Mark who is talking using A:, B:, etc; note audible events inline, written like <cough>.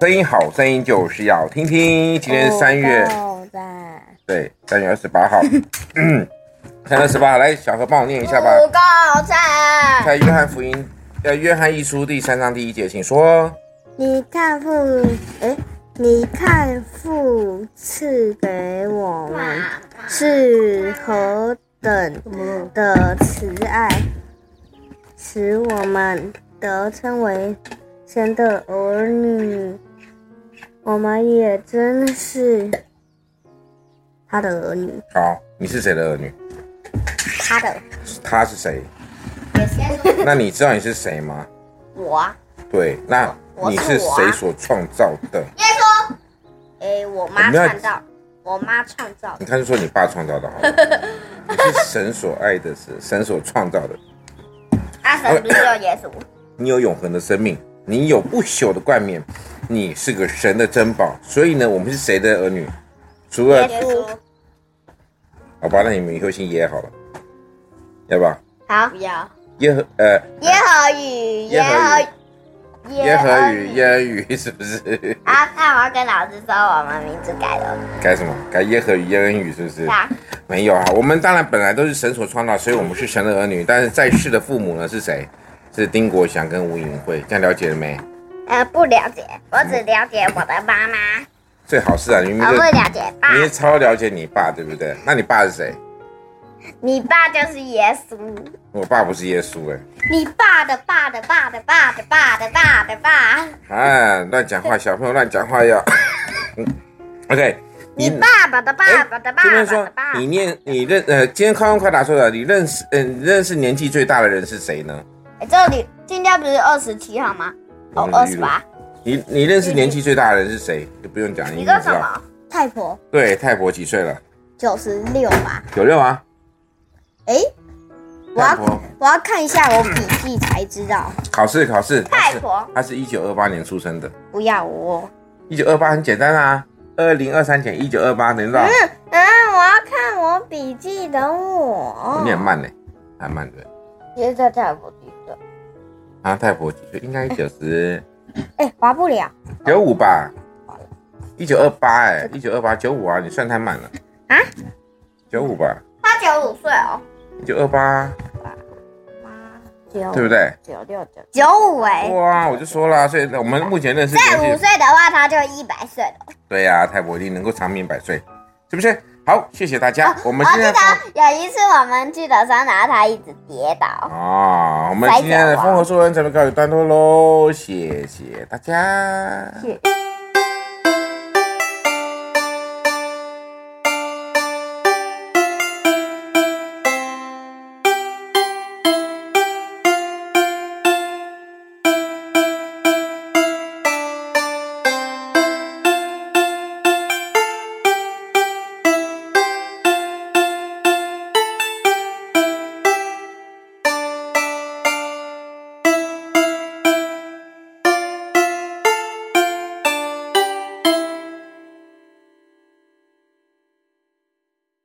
A: 声音好声音就是要听听。今
B: 哦
A: 天是三月，
B: 够的
A: 对，三月二十八
B: <laughs>
A: 号，嗯三月二十八，来，小何帮我念一下吧。
B: 不够赞。
A: 在约翰福音，呃，约翰一书第三章第一节，请说。
B: 你看父母，哎，你看父赐给我们是何等的慈爱，使我们得称为神的儿女。我们也真是他的儿女，
A: 好，你是谁的儿女？
B: 他的
A: 他是谁？那你知道你是谁吗？
B: 我啊。
A: 对，那
B: 我
A: 你
B: 是
A: 是
B: 我啊
A: 谁所创造的？
B: 哎，我妈
A: 我们要
B: 创造，我妈创造的
A: 你看，是说你爸创造的，好了，
B: <laughs>
A: 你是神所爱的，是神所创造的。
B: 阿神不是叫耶稣？
A: 你有永恒的生命，你有不朽的冠冕，你是个神的珍宝。所以呢，我们是谁的儿女？除了
B: 耶稣。
A: 好吧，那你们以后姓耶好了，要吧？
B: 好，不要
A: 耶和呃
B: 耶和语，
A: 耶和
B: 和
A: 语耶和语耶和语是不是？
B: 啊，那我要跟老师说我们名字改了，
A: 改什么？改耶和语耶恩语是不是？
B: 啊，
A: 没有啊，我们当然本来都是神所创造，所以我们是神的儿女。但是在世的父母呢是谁？是丁国祥跟吴颖慧，这样了解了没？
B: 呃，不了解，我只了解我的妈妈，
A: 最好是啊，你明明
B: 我
A: 就
B: 不了解爸
A: 你，也超了解你爸，对不对？那你爸是谁？
B: 你爸就是耶稣，
A: 我爸不是耶稣哎、
B: 你爸的爸的爸的爸的爸的爸的爸，
A: 啊，乱讲话，小朋友乱讲话要。OK，
B: 你爸爸的爸爸的爸
A: 这
B: 爸
A: 边
B: 的
A: 说
B: 爸，
A: 你念你认呃，今天快问快答说的，你认识嗯、你认识年纪最大的人是谁呢？
B: 哎这里今天不是二十七号吗？哦，
A: 我
B: 二
A: 们是
B: 十
A: 玉露
B: 八，
A: 你你认识年纪最大的人是谁？就不用讲，你
B: 你
A: 一定
B: 叫
A: 知
B: 什
A: 道。
B: 么？太婆
A: 对，泰伯几岁了？
B: 九十六吧？
A: 九六啊。
B: 哎，我
A: 泰
B: 要
A: 伯
B: 我要看一下我笔记才知道，
A: 考试考试，他
B: <laughs> 泰
A: 是
B: 伯
A: 他是一九二八年出生的，
B: 不要哦我。
A: 一九二八很简单啊，二零二三减一九二八等于多少？
B: 啊，我要看我笔记，等我
A: 我念很慢呢，还慢的
B: 现在在我记得。
A: 啊。泰伯几岁？应该九十
B: 哎、划不了
A: 九五吧？一九二八哎，一九二八九五啊，你算太慢了
B: 啊？
A: 九五吧，
B: 他九五岁哦。
A: 一九二八
B: 九
A: 对不对？
B: 九六九九五哦哎，
A: 哇，我就说啦，所以我们目前认识
B: 再五
A: 年纪，
B: 岁的话，他就一百岁了。
A: 对呀、泰伯一定能够长命百岁，是不是？好，谢谢大家，我们
B: 我
A: 现
B: 记
A: 在
B: 得。有一次我们去的时候，然后他一直跌倒。
A: 啊，我们今天的《风和说文》咱们告一段落喽，谢谢大家。
B: 是。